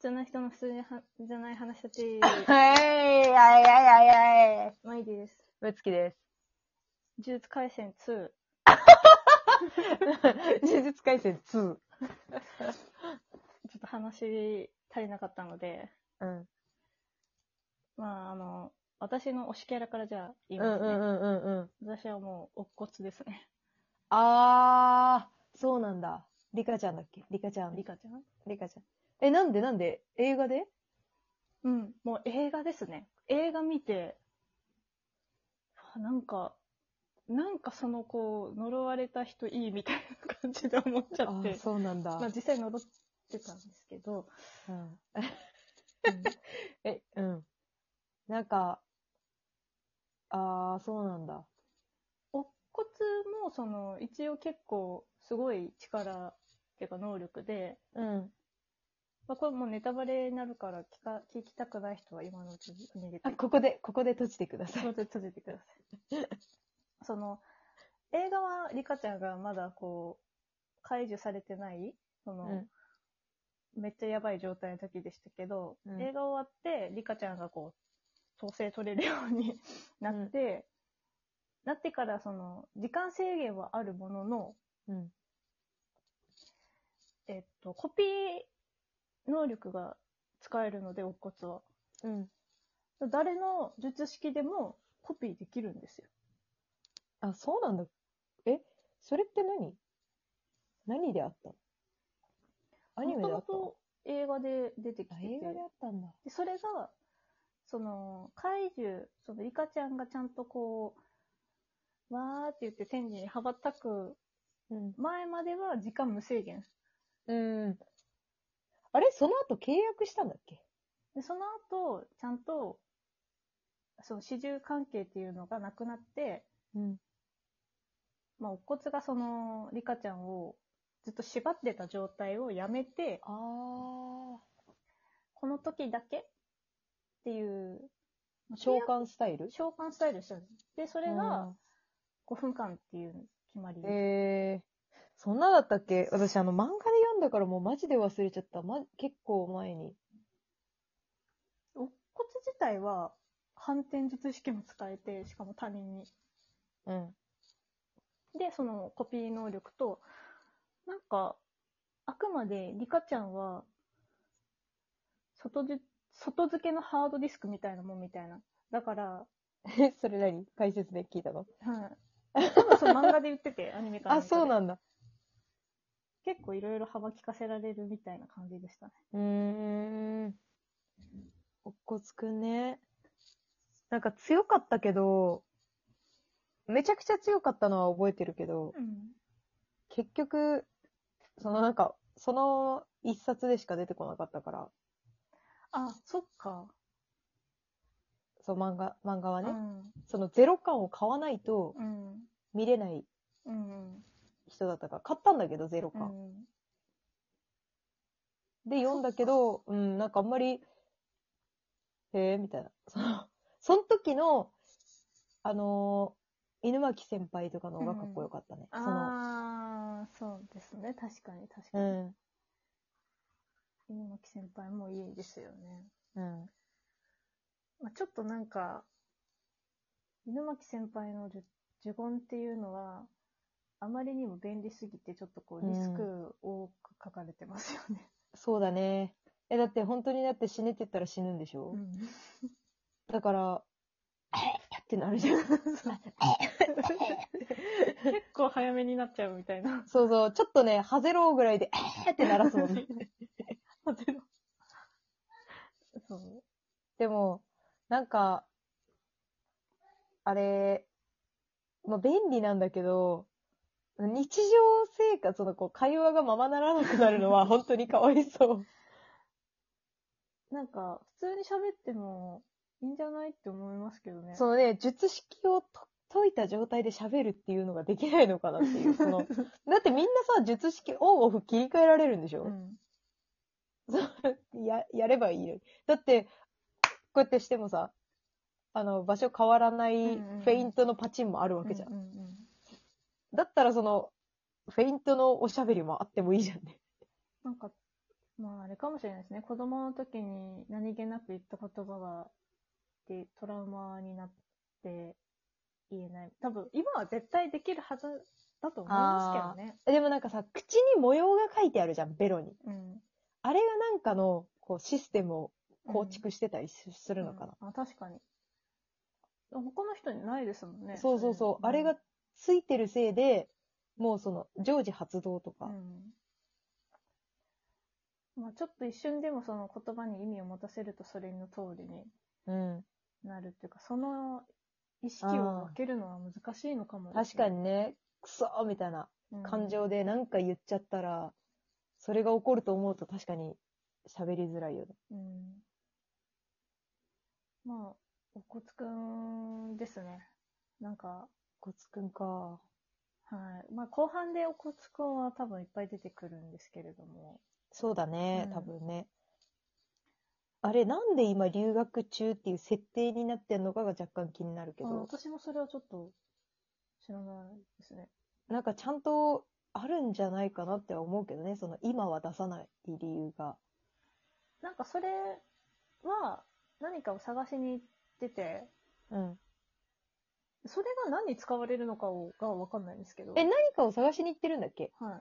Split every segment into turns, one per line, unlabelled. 通な人の普通じゃはじゃない話た ち、
はい、あいあいあいあい。
マイディです。
むつきです。
呪術廻戦2。
呪術廻戦2。
ちょっと話足りなかったので、
うん。
まあ、あの、私の推しキャラからじゃあ言いうま
ん
す
う
ね。
んうんうんうん。
私はもう、乙骨ですね。
あー、そうなんだ。リカちゃんだっけリカちゃん。
リカちゃん
リカちゃん。え、なんでなんで映画で
うん、もう映画ですね。映画見て、あなんか、なんかそのこう、呪われた人いいみたいな感じで思っちゃ
あ
って
ー、、そうなんだ。
まあ実際呪ってたんですけど、
うん
うん
え、うん。なんか、あー、そうなんだ。
乙骨もその一応結構すごい力っていうか能力で、
うん。
まあ、これもうネタバレになるから聞か聞きたくない人は今のうちに逃げて
あ、ここで、ここで閉じてください。
で閉じてくださいその映画はリカちゃんがまだこう解除されてないその、めっちゃやばい状態の時でしたけど、
うん
映画終わって、リカちゃんがこう、統制取れるように なって、なってから、その、時間制限はあるものの、
うん。うん。
えっと、コピー能力が使えるので、乙骨は。
うん。
誰の術式でもコピーできるんですよ。
あ、そうなんだ。え、それって何何であったのアニメであ
も
った
とも
の
と映画で出てきて
あ、
て
映画であったんだ。
で、それが、その、怪獣、その、リカちゃんがちゃんとこう、わーって言って天神に羽ばたく
うん。
前までは時間無制限。
うん。あれその後契約したんだっけ
で、その後、ちゃんと、その、始終関係っていうのがなくなって、
うん。
まあ、乙骨がその、リカちゃんをずっと縛ってた状態をやめて、
あ
この時だけっていう、
ー。召喚スタイル
召喚スタイルしたんです。で、そ
そ
れが5分間っていう決まり。
えー、そんなだったっけ私、あの、漫画で読んだからもうマジで忘れちゃった。ま、結構前に。
乙骨自体は反転術式も使えて、しかも他人に。
うん。
で、そのコピー能力と、なんか、あくまでリカちゃんは、外じ、外付けのハードディスクみたいなもんみたいな。だから、
え、それ何解説で聞いたの
はい。 多分その漫画で言って て、アニメから。
あ、そうんなんだ。
結構いろいろ幅利かせられるみたいな感じでしたね。
うーん。おっこつくんね。なんか強かったけど、めちゃくちゃ強かったのは覚えてるけど、
うん。
結局、そのなんか、その一冊でしか出てこなかったから、
あ、そっか。
そう漫画、漫画は
う
ね、
ん。
そのゼロ感を買わないと
うん。
見れない
うん。
人だったから、買ったんだけど、ゼロ
う
感。
ん。
で、読んだけど、うん、なんかあんまり、へえ、みたいな。その、その時の、あのー犬巻先輩とかの方がかっこよかったね。その、
あー、そうですね。確かに、確か
う
に。
ん、
犬巻先輩もいいですよね。
うん、
まあ、ちょっとなんか、犬巻先輩の呪呪言っていうのは、あまりにも便利すぎて、ちょっとこう、リスク多く書かれてますよね。
そうだね。え、だって本当にだって死ねって言ったら死ぬんでしょ、だから、えっってなるじゃん。
結構早めになっちゃうみたいな。
そうそう、ちょっとね、ハゼローぐらいで、えっって鳴らすもんね。
そう。
でも、なんか、あれ、まあ、便利なんだけど、日常生活のこう会話がままならなくなるの は本当にかわいそう。
なんか、普通に喋ってもいいんじゃないって思いますけどね。
そのね、術式をと解いた状態で喋るっていうのができないのかなって いう。そのだってみんなさ、術式オンオフ切り替えられるんでし
う
ょ、
ん。
や、やればいいのに。だって、こうやってしてもさ、あの、場所変わらない
うんう
フ
んうん
ェイントのパチンもあるわけじゃ
う。
ん
んうんうん
だったらその、フェイントのおしゃべりもあってもいいじゃんね。
なんか、まあ、あれかもしれないですね。子供の時に何気なく言った言葉が、で、トラウマになって言えない。多分、今は絶対できるはずだと思いますけどね。
えでもなんかさ、口に模様が書いてあるじゃん、ベロに。
うん。
あれがなんかの、こう、システムを構築してたりしす
す
るのかな。
あ、確かに。他の人にないですもんね。
そうそうそう。
ん
あれが、ついてるせいで、もうその、常時発動と
う
か。
ん。まあ、ちょっと一瞬でもその言葉に意味を持たせるとそれの通りに
うん。
なるっていうか、その意識を分けるのは難しいのかも、
確かにね、クソーみたいな
に
感情でなんか言っちゃったら、それが起こると思うと確かに喋りづらいよね。
うんまあ、おこつくんですね。なんか、
こつくんか。
はい。まあ、後半でおこつくんは多分いっぱい出てくるんですけれども。
そうだね
う、ん
多分ね。あれ、なんで今留学中っていう設定になってんのかが若干気になるけ
あ
ど、
私もそれはちょっと知らないですね。
なんかちゃんとあるんじゃないかなっては思うけどね、その今は出さない理由が。
なんかそれは何かを探しに行ってて、
うん。
それが何に使われるのかをがわかんないんですけど。
え、何かを探しに行ってるんだっけ
は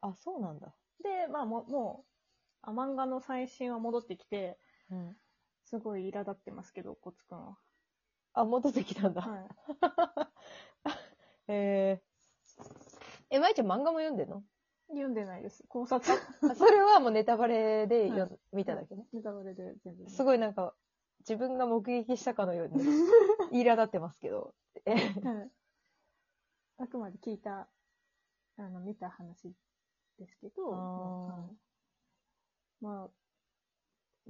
あ、そうなんだ。
い。で、まあももうあ、漫画の最新は戻ってきて、
うん。
すごい苛立ってますけど、おこつくんは。
あ、戻ってきたんだ。
はい。
えー、え、まいちゃん漫画も読んでんの
読んでないです。考察。
あ それはもうネタバレで読ん、
は
見ただけね。
ネタバレで全部。
すごいなんか、自分が目撃したかのよう に、苛立ってますけど。え、
はい。あくまで聞いた、あの、見た話ですけど、
あー
はいまあ、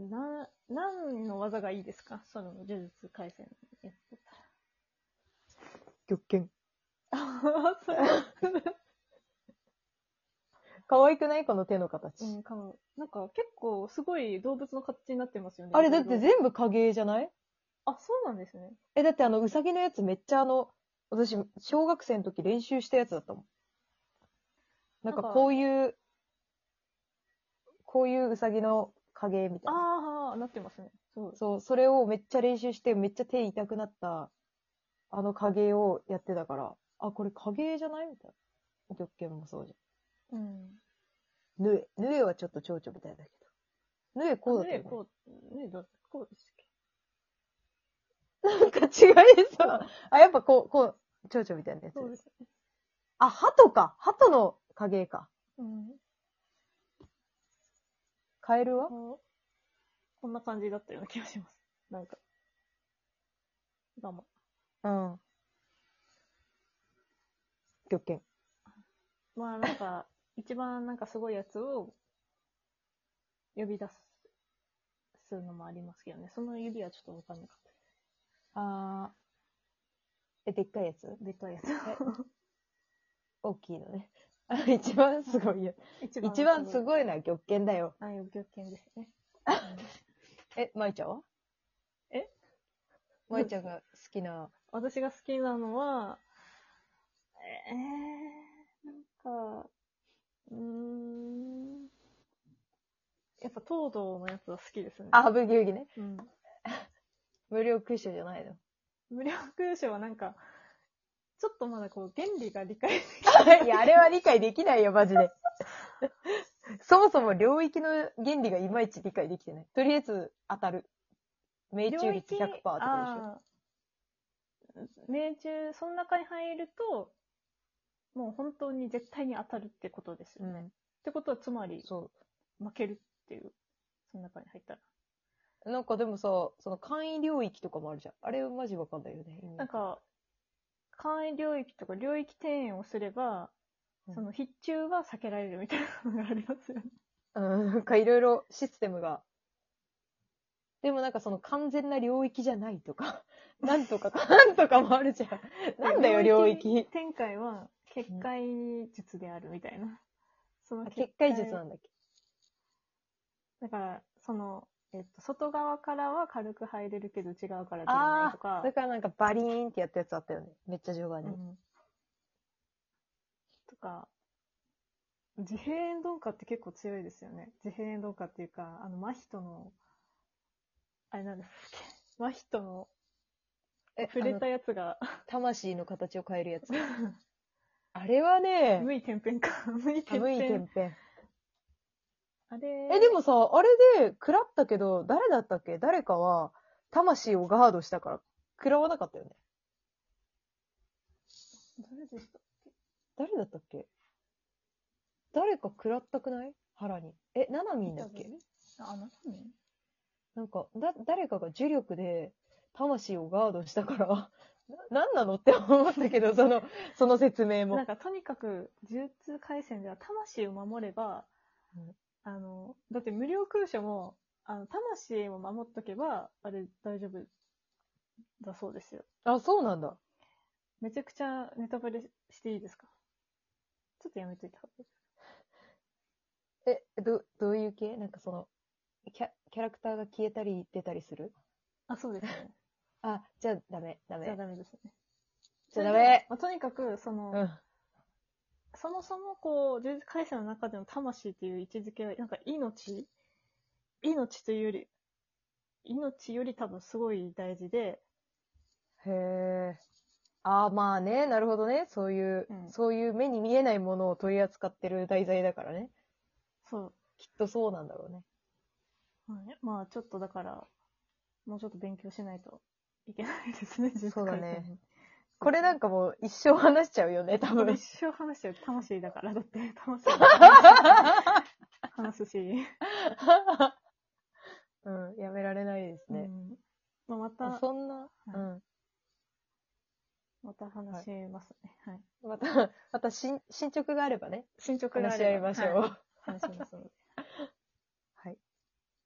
な、何の技がいいですかその、呪術回 戦やってた
玉剣。
ら。
可愛くないこの手の形。
うん、かも。なんか、結構、すごい動物の形になってますよね。
あれだっ
いろ
て
いろ
全部影絵じゃない
あ、そうなんですね。
え、だってあの、うさぎのやつめっちゃあの、私、小学生の時練習したやつだったもん。なんか
なんか
こういう、こういううさぎの影絵みたいな。
ああ、なってますね。そう。
そう、それをめっちゃ練習して、めっちゃ手痛くなった、あの影絵をやってたから、あ、これ影絵じゃないみたいな。玉剣もそうじ
うん。
ゃん。ぬえ、ぬえはちょっと蝶々みたいだけど。ぬえこうだった
ね
よ、ね。
こう、ねどこうですっけ
なんか違いそう。あ、やっぱこう、こう、蝶々みたいなやつ。
そうですね。
あ、鳩か。鳩の影絵か。
うん。
カエルは
こうこんな感じだったような気がします。なんか。我慢。
うん。玉剣。
まあなん か、一番なんかすごいやつを呼び出す、するのもありますけどね。その指はちょっとわかんなかっ
あー。え、でっかいやつ
た。でっかいや
大きいの ね。あ一番すごいや
つ。一
一番す
い。
ごいのは玉剣だよ。
ああいう剣ですね。
え、舞ちゃんは
え
舞ちゃんが好きな。
私が好きなのは、えー、なんか、うーん。やっぱ東堂のやつは好きですね。
あ、ブギウギね。
うん。
無料空所じゃないの。
無料空所はなんか、ちょっとまだこう、原理が理解でき
いや、あれは理解できないよ、マジで。 そもそも領域の原理がいまいち理解できてない。とりあえず当たる。命中率100%とか
でしょ。命中、その中に入ると、もう本当に絶対に当たるってことです
でしょ。
よね。っ。てことは、つまり、
そ
負けるっていう、その中に入ったら。
う。なんかでもさ、その簡易領域とかもあるじゃん。あれマジわかんないよね。
なん、か、簡易領域とか領域転園をすれば、
うん
その必中は避けられるみたいなのがありますよね。
うん、なんかいろいろシステムが。でもなんかその完全な領域じゃないと か、なんとか、なんとかもあるじゃん。なんだよ、領域。
展開は、結界術であるみたいな。その
あ結界術なんだっけ。
だから、その、えっと、外側からは軽く入れるけど、内側から出れな
あ
いとか
あ、。だからなんかバリーンってやったやつあったよね。めっちゃ序盤
う
に。
んとか、自閉炎鈍化って結構強いですよね。自閉炎鈍化っていうか、あの、真人の、あれなんだっけ、真人の
え、
触れたやつが、
あの魂の形を変えるやつ。 あれはね、
無い天変か。無い
あ
天
無いて
変
ん。ぺん。
あれ
え、でもさ、あれで、食らったけど、誰だったっけ誰かは、魂をガードしたから、食らわなかったよね。
誰でした
誰だったっけ誰か食らったくない腹に。え、ななみんだっけ
あ、なたね。
なんか、だ、誰かが呪力で、魂をガードしたから、 な、なんなのって思ったけど、その、その説明
なん
も。
か、とにかく、呪術廻戦では魂を守れば、
うん
あの、だって無料空所も、あの、魂を守っとけば、あれ大丈夫だそうですよ。
あ、そうなんだ。
めちゃくちゃネタバレしていいですかちょっとやめといた方がいい。
え、ど、どういう系なんかその、キャ、キャラクターが消えたり出たりする
あ、そうですね。
あ、じゃあダメ、 ダメ。
じゃあダメですね。
じゃあダ
それで
メ。
まあ、とにかく、その、
うん。
そもそもこう、呪術廻戦の中での魂っていう位置づけは、なんか命命というより、命より多分すごい大事で、
へえ。ああ、まあね、なるほどね。そういう、
うん
そういう目に見えないものを取り扱ってる題材だからね。
そう。
きっとそうなんだろうね。
はいまあちょっとだから、もうちょっと勉強しないといけないですね、自
そうだね。こ
こ
れ
れ
な
なんん
かもう一生話しちゃうよね、多
多分
分
一。生話しちゃう。魂だから、だって、魂だから話すし。
うん、やめられないです
う
ね。
んまあ、また、
そんな、
い
うん。
また話しますね。はい。
また、また進、進捗があればね、
進捗があ
話し
れ
合い
ば
ましょう。
はい